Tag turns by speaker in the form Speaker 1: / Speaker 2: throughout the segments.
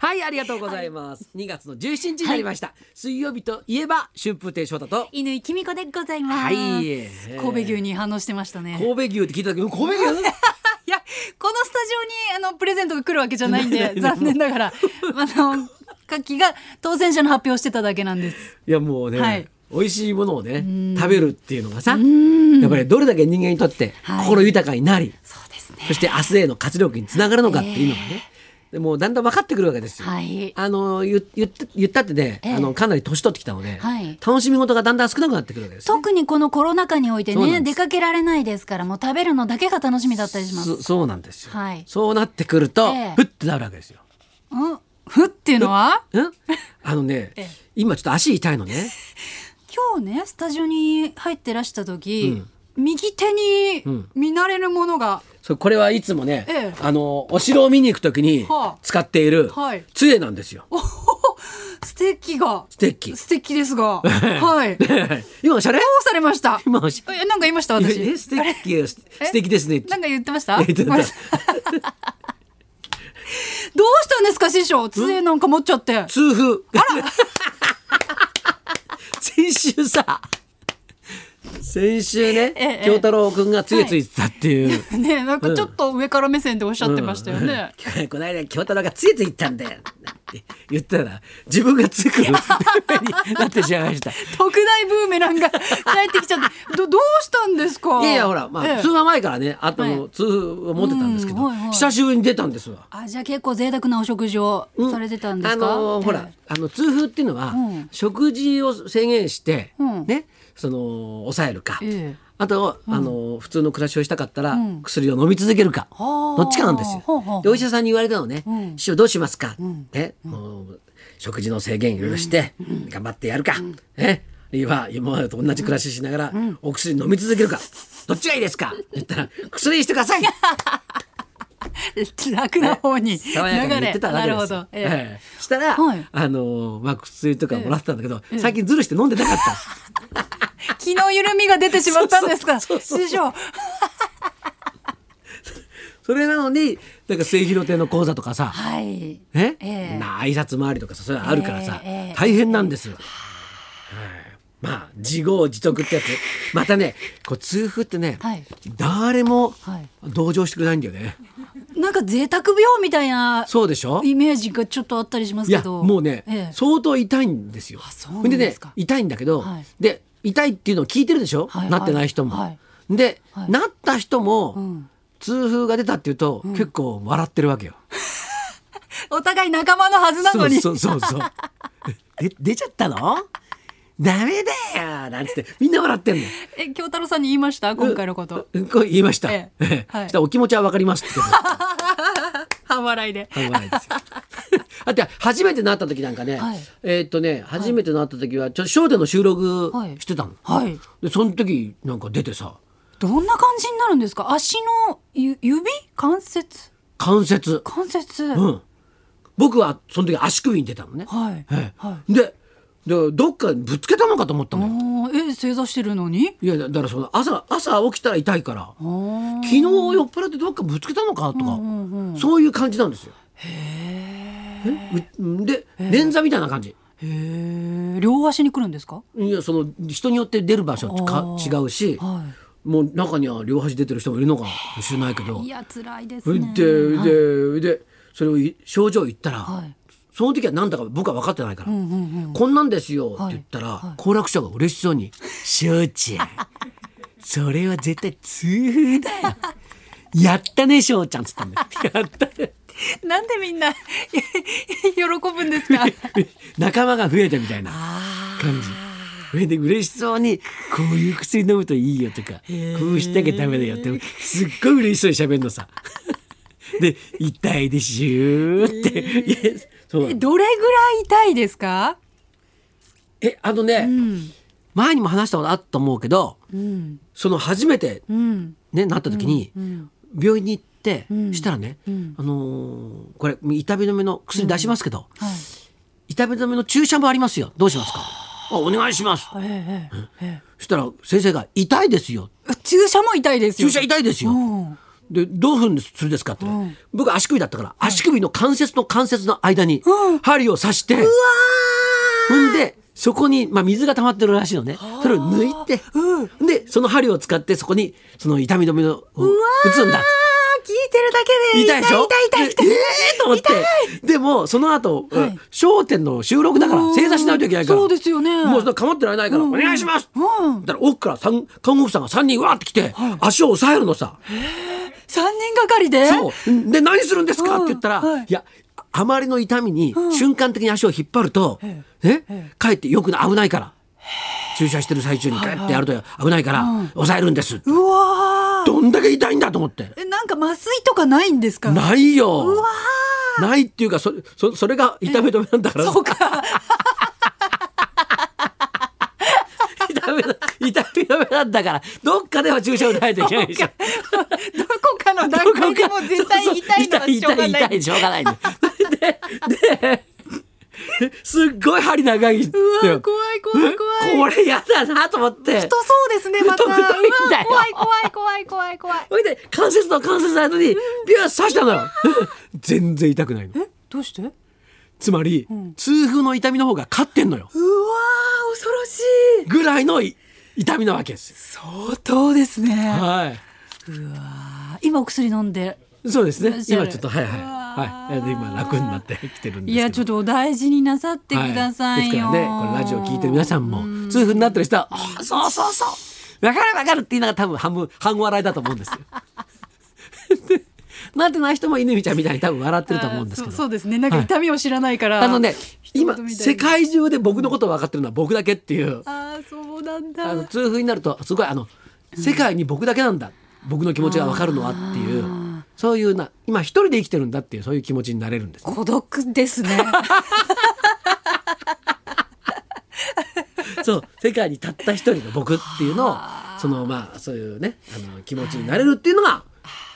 Speaker 1: はいありがとうございます、2月の17日になりました、水曜日といえば春風亭昇太と
Speaker 2: 犬井美子でございます、
Speaker 1: はい
Speaker 2: 神戸牛に反応してましたね
Speaker 1: 神戸牛って聞いた時うん神戸牛
Speaker 2: いやこのスタジオにあのプレゼントが来るわけじゃないんで残念なが らあのカキが当選者の発表をしてただけなんです
Speaker 1: いやもうね、
Speaker 2: はい
Speaker 1: 美味しいものをね食べるっていうのがさやっぱりどれだけ人間にとって
Speaker 2: はい
Speaker 1: 心豊かになり、
Speaker 2: そうですね
Speaker 1: そして明日への活力につながるのかっていうのがね、でもうだんだん分かってくるわけですよ。
Speaker 2: はい
Speaker 1: あの言言って言ったってね、
Speaker 2: ええ
Speaker 1: あのかなり年取ってきたので、
Speaker 2: はい
Speaker 1: 楽しみ事がだんだん少なくなってくるわけですね。
Speaker 2: 特にこのコロナ禍において
Speaker 1: そうなん
Speaker 2: ね
Speaker 1: です
Speaker 2: 出かけられないですからもう食べるのだけが楽しみだったりします
Speaker 1: そそうなんですよ、
Speaker 2: はい
Speaker 1: そうなってくると、
Speaker 2: ええ
Speaker 1: ふってなるわけですよ。
Speaker 2: うんふっていうのは
Speaker 1: うん、 あのね、
Speaker 2: ええ
Speaker 1: 今ちょっと足痛いのね。
Speaker 2: 今日ねスタジオに入ってらした時、右手に
Speaker 1: ん
Speaker 2: 見慣れるものが、
Speaker 1: そうこれはいつもね、
Speaker 2: ええ
Speaker 1: あのお城を見に行くときに
Speaker 2: はあ
Speaker 1: 使っている
Speaker 2: はい
Speaker 1: 杖なんですよ。
Speaker 2: ステッキが
Speaker 1: ステッキ。
Speaker 2: ステッキで すがはいどう
Speaker 1: 今おしゃれ？
Speaker 2: されました
Speaker 1: 今おしゃれ。
Speaker 2: えなんか言いました私
Speaker 1: えステッキす素敵ですねって。
Speaker 2: なんか言ってましたごめ
Speaker 1: えっと
Speaker 2: んなさいどうしたんですか師匠杖なんか持っちゃって
Speaker 1: 痛風。 先週さ、先週
Speaker 2: え
Speaker 1: ね
Speaker 2: え、
Speaker 1: 京太郎くんが杖ついてたっていう。
Speaker 2: ねなんかちょっと上から目線でおっしゃってましたよね、
Speaker 1: うん この間京太郎が杖ついてたんだよ。って言ったら自分がつくになってしまいま した。
Speaker 2: 特大ブーメランが 帰ってきちゃってどどうしたんですか
Speaker 1: いやいやほらま
Speaker 2: ええ
Speaker 1: あ通話前からねあ
Speaker 2: は
Speaker 1: と
Speaker 2: い
Speaker 1: 通風を持ってたんですけ
Speaker 2: うん
Speaker 1: ど
Speaker 2: はいはい
Speaker 1: 久しぶりに出たんですわ。
Speaker 2: あじゃあ結構贅沢なお食事を
Speaker 1: うん
Speaker 2: されてたんですか、
Speaker 1: あのーほら
Speaker 2: ええ
Speaker 1: あの痛風っていうのは
Speaker 2: うん
Speaker 1: 食事を制限して
Speaker 2: うん
Speaker 1: ねその抑えるか
Speaker 2: ええ
Speaker 1: あとあの普通の暮らしをしたかったら
Speaker 2: ん
Speaker 1: 薬を飲み続けるか
Speaker 2: はあ
Speaker 1: どっちかなんです
Speaker 2: ほうほうほ
Speaker 1: よ
Speaker 2: う。
Speaker 1: でお医者さんに言われたのね
Speaker 2: ん
Speaker 1: 師匠どうしますかねもう食事の制限いろいろして頑張ってやるかね今今までと同じ暮らししながらお薬飲み続けるかどっちがいいですかって言ったら薬にしてください
Speaker 2: 楽な方に流れ
Speaker 1: 爽やかに言ってたわ
Speaker 2: な
Speaker 1: け
Speaker 2: る
Speaker 1: で
Speaker 2: ほ
Speaker 1: すよ
Speaker 2: ど、。ええ
Speaker 1: ええしたら、
Speaker 2: はい
Speaker 1: あのーまあ薬とかもらってたんだけど、最近ズルして飲んでなかった。
Speaker 2: 気の緩みが出てしまったんですか
Speaker 1: そうそうそう
Speaker 2: 師匠
Speaker 1: それなのに、なんか末広亭の講座とかさ、
Speaker 2: はい
Speaker 1: ね、
Speaker 2: ええ
Speaker 1: な挨拶回りとかさ、それあるからさ、
Speaker 2: ええええ
Speaker 1: 大変なんですよ。はいまあ自業自得ってやつ。またね、こう痛風ってね、
Speaker 2: はい
Speaker 1: 誰も
Speaker 2: はい
Speaker 1: 同情してくれないんだよね。
Speaker 2: なんか贅沢病みたいな
Speaker 1: そうでしょ？
Speaker 2: イメージがちょっとあったりしま
Speaker 1: い
Speaker 2: すけ
Speaker 1: や
Speaker 2: ど
Speaker 1: もうね、
Speaker 2: ええ
Speaker 1: 相当痛いんですよ。
Speaker 2: あそうなんですか
Speaker 1: ほんでね痛いんだけど、
Speaker 2: はい
Speaker 1: で痛いっていうのを聞いてるでしょ、
Speaker 2: はい
Speaker 1: なってない人も。
Speaker 2: はい
Speaker 1: で、
Speaker 2: はい
Speaker 1: なった人も、
Speaker 2: ん
Speaker 1: 痛風が出たっていうと、結構笑ってるわけよ。
Speaker 2: お互い仲間のはずな
Speaker 1: そ
Speaker 2: の
Speaker 1: う
Speaker 2: に
Speaker 1: そうそうそう。で出ちゃったのダメだよなんつってみんな笑ってんの。
Speaker 2: え京太郎さんに言いました今回のこと
Speaker 1: うんこう言いました。
Speaker 2: え
Speaker 1: え
Speaker 2: え
Speaker 1: え
Speaker 2: はい
Speaker 1: したらお気持ちはわかりますって言ってた
Speaker 2: 半笑いで
Speaker 1: 考えないですよ。あって初めてなった時なんかね、
Speaker 2: はい
Speaker 1: えーっとね初めてなった時はちょっと『笑点』の収録
Speaker 2: はい
Speaker 1: してたの。
Speaker 2: はい
Speaker 1: でその時なんか出てさ
Speaker 2: どんな感じになるんですか足のゆ指関節
Speaker 1: 関節
Speaker 2: 関節、
Speaker 1: うん僕はその時足首に出たのね、
Speaker 2: はい
Speaker 1: ええ
Speaker 2: は
Speaker 1: ででどっかにぶつけたのかと思ったのよ、
Speaker 2: おーえ正座してるのに
Speaker 1: いやだからその朝朝起きたら痛いから
Speaker 2: おー
Speaker 1: 昨日酔っ払ってどっかぶつけたのかとか、そういう感じなんですよへえで捻挫みたいな感じ
Speaker 2: へえ両足に来るんですか
Speaker 1: いやその人によって出る場所か違うし、
Speaker 2: は
Speaker 1: もう中には両端出てる人もいるのかもしれないけど
Speaker 2: いいや辛いです
Speaker 1: で
Speaker 2: ね
Speaker 1: ででそれをい症状言ったら、
Speaker 2: はい
Speaker 1: その時は何だか僕は分かってないから、こんなんですよって言ったら、好楽師匠が嬉しそうに「翔ちゃんそれは絶対痛風だよやったね翔ちゃん」っつったんだよ「やったね
Speaker 2: なんでみんな 喜ぶんですか
Speaker 1: 仲間が増えた」みたいな感じ。それで嬉しそうに「こういう薬飲むといいよ」とか「こうしなきゃダメだよ」ってすっごい嬉しそうに喋るのさ。で「痛いでしゅ」って、いやそう
Speaker 2: え どれぐらい痛いですか
Speaker 1: えあのね、前にも話したことあったと思うけど、
Speaker 2: うん
Speaker 1: その初めて、
Speaker 2: うん
Speaker 1: ね、なった時に病院に行って、
Speaker 2: ん
Speaker 1: したらね、あのーこれ痛み止めの薬出しますけど、
Speaker 2: はい
Speaker 1: 痛み止めの注射もありますよどうしますかあお願いします
Speaker 2: えええええ
Speaker 1: そしたら先生が「痛いですよ
Speaker 2: え注射も痛いですよ
Speaker 1: 注射痛いですよ」
Speaker 2: うん
Speaker 1: でどういうふうにするですかって、僕足首だったから足首の関節と関節の間に針を刺して、ほんでそこに、まあ、水が溜まってるらしいのねそれを抜いて、でその針を使ってそこにその痛み止めのを打つんだ
Speaker 2: 聞いてるだけで
Speaker 1: 痛いでしょ
Speaker 2: 痛い痛い痛い
Speaker 1: でええー、と思ってでもその後、うん笑点の収録だから
Speaker 2: うん
Speaker 1: 正座しないといけないから
Speaker 2: そうですよね
Speaker 1: もうその構ってられないから、お願いします、
Speaker 2: うん
Speaker 1: だから奥から三看護婦さんが3人わーって来て、足を押さえるのさ
Speaker 2: 三人がかりで
Speaker 1: そうで何するんですかって言ったら、
Speaker 2: うんはい
Speaker 1: いやああまりの痛みに瞬間的に足を引っ張ると、
Speaker 2: え
Speaker 1: ね、かえってよくな危ないから注射してる最中にかえってやると危ないから、抑えるんです、
Speaker 2: うわー
Speaker 1: どんだけ痛いんだと思って
Speaker 2: えなんか麻酔とかないんですか
Speaker 1: ないよ
Speaker 2: うわ
Speaker 1: ないっていうかそれそそれが痛み止めなんだから
Speaker 2: ーそうか
Speaker 1: 痛み痛み止めなんだからどっかでは注射を打たないといけないでしょ。
Speaker 2: どこかの段階でもう絶対痛いのはしょうが
Speaker 1: 痛
Speaker 2: ない
Speaker 1: 痛い
Speaker 2: い
Speaker 1: しょうがないね。でですっごい針長い。
Speaker 2: うわー怖い怖い怖い
Speaker 1: これやだなと思って
Speaker 2: 太。そうですねまた
Speaker 1: 太くないんだよ
Speaker 2: うわー怖い怖い怖い怖い怖い
Speaker 1: それで関節と関節の間にビュー刺したのよ。 全然痛くないの。
Speaker 2: えどうしてうわ
Speaker 1: つまり、痛風の痛みの方が勝ってんのよ。
Speaker 2: ー恐ろしい
Speaker 1: ぐらいのい痛みなわけですよ。
Speaker 2: 相当ですね
Speaker 1: はい。
Speaker 2: 今お薬飲んで
Speaker 1: そうです
Speaker 2: いら
Speaker 1: ね
Speaker 2: っ。しゃる
Speaker 1: 今ちょっとはいは
Speaker 2: うわ
Speaker 1: い
Speaker 2: ー
Speaker 1: はい。で今楽になってきてるんですけど。
Speaker 2: いやちょっとお大事になさってくださいよ、
Speaker 1: はい、ですからねこれラジオ聞いてる皆さんも痛風になってる人は「あそうそうそうわかるわかる」って言いながら多分半分半笑いだと思うん ですよ。でなってない人も犬みちゃんみたいに多分笑ってると思うんですけ
Speaker 2: あーそう
Speaker 1: ど。
Speaker 2: そうですねなんか痛みを知らないから、
Speaker 1: あのね
Speaker 2: 人
Speaker 1: 今
Speaker 2: 事みたいに
Speaker 1: 世界中で僕のことを分かってるのは僕だけっていう
Speaker 2: あーそうなんだ
Speaker 1: あの痛風になるとすごいあの世界に僕だけなんだ僕の気持ちが分かるのはっていうそういうな今一人で生きてるんだっていうそういう気持ちになれるんです。
Speaker 2: 孤独ですね
Speaker 1: そう世界にたった一人の僕っていうのをそのまあそういうねあの気持ちになれるっていうのが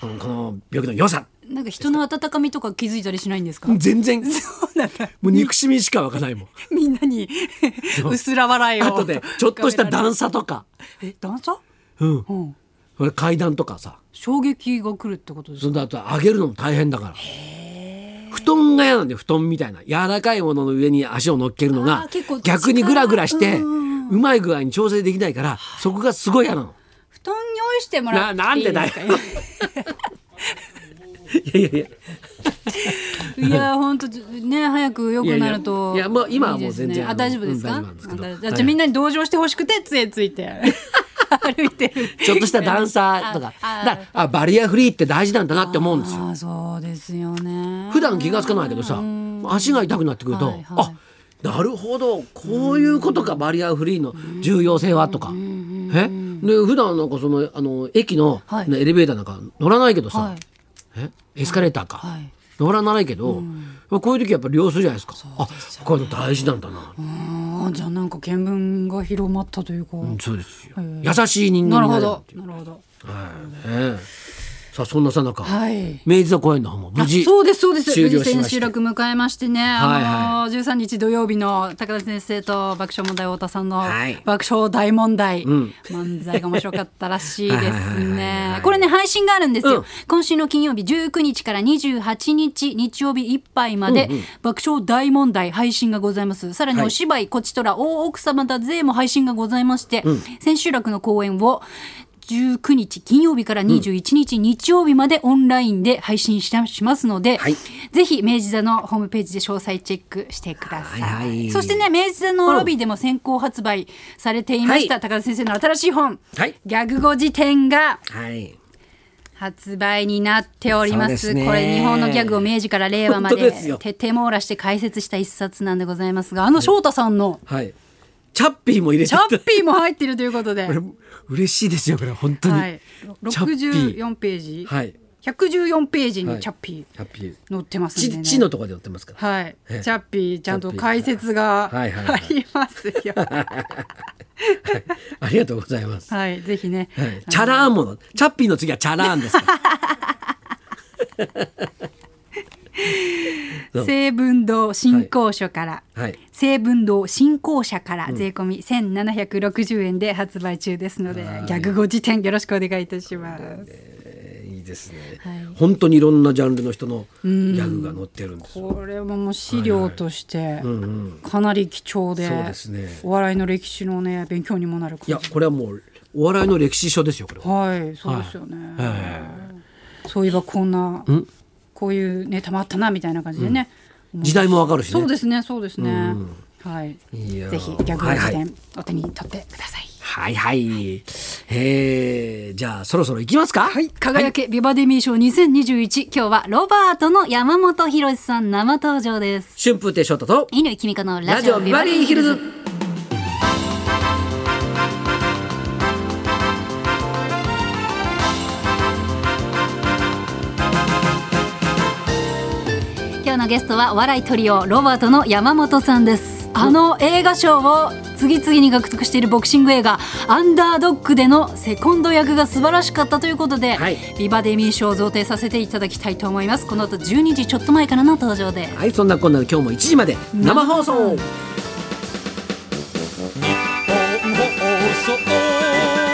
Speaker 1: このこの病気の良さ
Speaker 2: なんか人の温かみとか気づいたりしないんですか、
Speaker 1: 全然も
Speaker 2: そうなんだ
Speaker 1: う憎しみしか湧かないもん
Speaker 2: みんなに薄ら笑いを
Speaker 1: あとでちょっとした
Speaker 2: 浮か
Speaker 1: 段差とか、
Speaker 2: べられるえ段差
Speaker 1: うん、
Speaker 2: うん
Speaker 1: これ階段とかさ
Speaker 2: 衝撃が来るってことです
Speaker 1: その後上げるのも大変だから布団が嫌なんで布団みたいな柔らかいものの上に足を乗っけるの
Speaker 2: あー
Speaker 1: が
Speaker 2: 結構
Speaker 1: 逆にグラグラして
Speaker 2: 力うん
Speaker 1: うまい具合に調整できないからそこがすごい嫌なの。
Speaker 2: 布団用意しても
Speaker 1: な
Speaker 2: らって
Speaker 1: なんでだよ
Speaker 2: いい ですか
Speaker 1: いやいやいや
Speaker 2: い や本当ね早く良くなると
Speaker 1: いやいやいやもう今はもう
Speaker 2: いいですね
Speaker 1: 全然あの
Speaker 2: あ大丈夫ですか,あ、
Speaker 1: うん大丈夫なんですけど
Speaker 2: じゃあ
Speaker 1: はい
Speaker 2: みんなに同情してほしくて杖つ いて歩いてる
Speaker 1: ちょっとした段差とか
Speaker 2: ああ
Speaker 1: だあバリアフリーって大事なんだなって思うんですよ。
Speaker 2: あそうですよね
Speaker 1: 普段気がつかないけどさ足が痛くなってくると、
Speaker 2: はいはい
Speaker 1: あなるほどこういうことかバリアフリーの重要性はとか。えで普段なんかそのあの駅の、
Speaker 2: はい
Speaker 1: ねエレベーターなんか乗らないけどさ、
Speaker 2: はい
Speaker 1: えエスカレーターか、
Speaker 2: はい
Speaker 1: 乗らないけど、こういう時やっぱり利用するじゃないですかあこういうの大事なんだな、
Speaker 2: あーじゃあなんか見聞が広まったというか、
Speaker 1: うんそうですよ、
Speaker 2: へ
Speaker 1: 優しい人
Speaker 2: な
Speaker 1: 間
Speaker 2: る
Speaker 1: にな
Speaker 2: ほ
Speaker 1: れる
Speaker 2: どなるほど
Speaker 1: はいねさあそんなさなか、
Speaker 2: はい
Speaker 1: 明治座公演の方も無事
Speaker 2: あそうですそうです
Speaker 1: 終
Speaker 2: 無
Speaker 1: 了
Speaker 2: 事
Speaker 1: し
Speaker 2: 千
Speaker 1: まし
Speaker 2: 秋
Speaker 1: て
Speaker 2: 楽迎えましてね、
Speaker 1: はい
Speaker 2: あの13日土曜日の高田先生と爆笑問題太田さんの
Speaker 1: はい
Speaker 2: 爆笑大問題、
Speaker 1: ん
Speaker 2: 漫才が面白かったらしい
Speaker 1: はい
Speaker 2: で
Speaker 1: はいは
Speaker 2: す
Speaker 1: いはいはい
Speaker 2: ねこれね配信があるんですよ、
Speaker 1: うん
Speaker 2: 今週の金曜日19日から28日日曜日いっぱいまで、爆笑大問題配信がございますさらに
Speaker 1: はい
Speaker 2: お芝居、こちとら大奥様だぜも配信がございまして、千秋楽の公演を19日金曜日から21日日曜日までオンラインで配信したしますので、
Speaker 1: はい
Speaker 2: ぜひ明治座のホームページで詳細チェックしてください、
Speaker 1: はいはい
Speaker 2: そしてね明治座のロビーでも先行発売されていました、
Speaker 1: はい
Speaker 2: 高田先生の新しい本、
Speaker 1: はい
Speaker 2: ギャグ語辞典が
Speaker 1: はい
Speaker 2: 発売になっておりま
Speaker 1: そ
Speaker 2: す
Speaker 1: うですね
Speaker 2: これ日本のギャグを明治から令和ま
Speaker 1: 本
Speaker 2: で
Speaker 1: 当ですよ
Speaker 2: 徹底網羅して解説した一冊なんでございますがあの翔太さんの
Speaker 1: はい。チャッピーも入れて
Speaker 2: チャッピーも入ってるということで
Speaker 1: これ嬉しいですよこれ本当に。
Speaker 2: はい、64ページ、
Speaker 1: はい。
Speaker 2: 114ページ
Speaker 1: は
Speaker 2: に
Speaker 1: い
Speaker 2: チャッピー
Speaker 1: チャッピー。
Speaker 2: 載ってますんで
Speaker 1: ち
Speaker 2: ね。
Speaker 1: ちのところでやってますから。
Speaker 2: はい、チ
Speaker 1: ええ
Speaker 2: ャッピーちゃんと解説が
Speaker 1: チャ
Speaker 2: あ
Speaker 1: ッピーはいはいはい
Speaker 2: りますよ。
Speaker 1: ありがとうございます。
Speaker 2: はい、ぜひね。
Speaker 1: はい。チャラーンものチャッピーの次はチャラーンですから。どうも
Speaker 2: 成文堂新興書から、
Speaker 1: はい。
Speaker 2: 成文堂新興社から税込み1760円で発売中ですので、ギャグ語辞典よろしくお願いいたします。
Speaker 1: えーいいです。ですね、
Speaker 2: はい
Speaker 1: 本当にいろんなジャンルの人のギャグが載ってるんですよ
Speaker 2: これももう資料としてかなり貴重で,、
Speaker 1: そうですね
Speaker 2: お笑いの歴史のね勉強にもなる
Speaker 1: い
Speaker 2: 感
Speaker 1: や
Speaker 2: じ
Speaker 1: これはもうお笑いの歴史書ですよこれは
Speaker 2: はいそうですよね、
Speaker 1: え
Speaker 2: そういえばこんなこういうネタもあったなみたいな感じでね、
Speaker 1: え時代もわかるし
Speaker 2: そう
Speaker 1: ね
Speaker 2: ですねそうですね、はい
Speaker 1: いやー
Speaker 2: ぜひギャグ
Speaker 1: は
Speaker 2: の
Speaker 1: いは
Speaker 2: 辞
Speaker 1: い
Speaker 2: 典お手に取ってください、
Speaker 1: はいはいえーじゃあそろそろ行きますかはい
Speaker 2: 輝けビバデミー賞2021今日はロバートの山本博さん生登場です
Speaker 1: 春風亭昇太と
Speaker 2: 乾きみかの
Speaker 1: ラ
Speaker 2: ラ
Speaker 1: ジ
Speaker 2: ジ
Speaker 1: オ
Speaker 2: オ
Speaker 1: ビ
Speaker 2: ビ
Speaker 1: バ
Speaker 2: バ
Speaker 1: リ
Speaker 2: リ
Speaker 1: ー
Speaker 2: ー
Speaker 1: ヒ
Speaker 2: ヒ
Speaker 1: ル
Speaker 2: ル
Speaker 1: ズ
Speaker 2: ズ。今日のゲストはお笑いトリオロバートの山本さんですあの映画賞を次々に獲得しているボクシング映画「アンダードッグ」でのセコンド役が素晴らしかったということで、
Speaker 1: はい
Speaker 2: ビバデミー賞を贈呈させていただきたいと思いますこの後12時ちょっと前からの登場で
Speaker 1: はいそんなこんなで今日も1時まで生放送
Speaker 3: 日本放送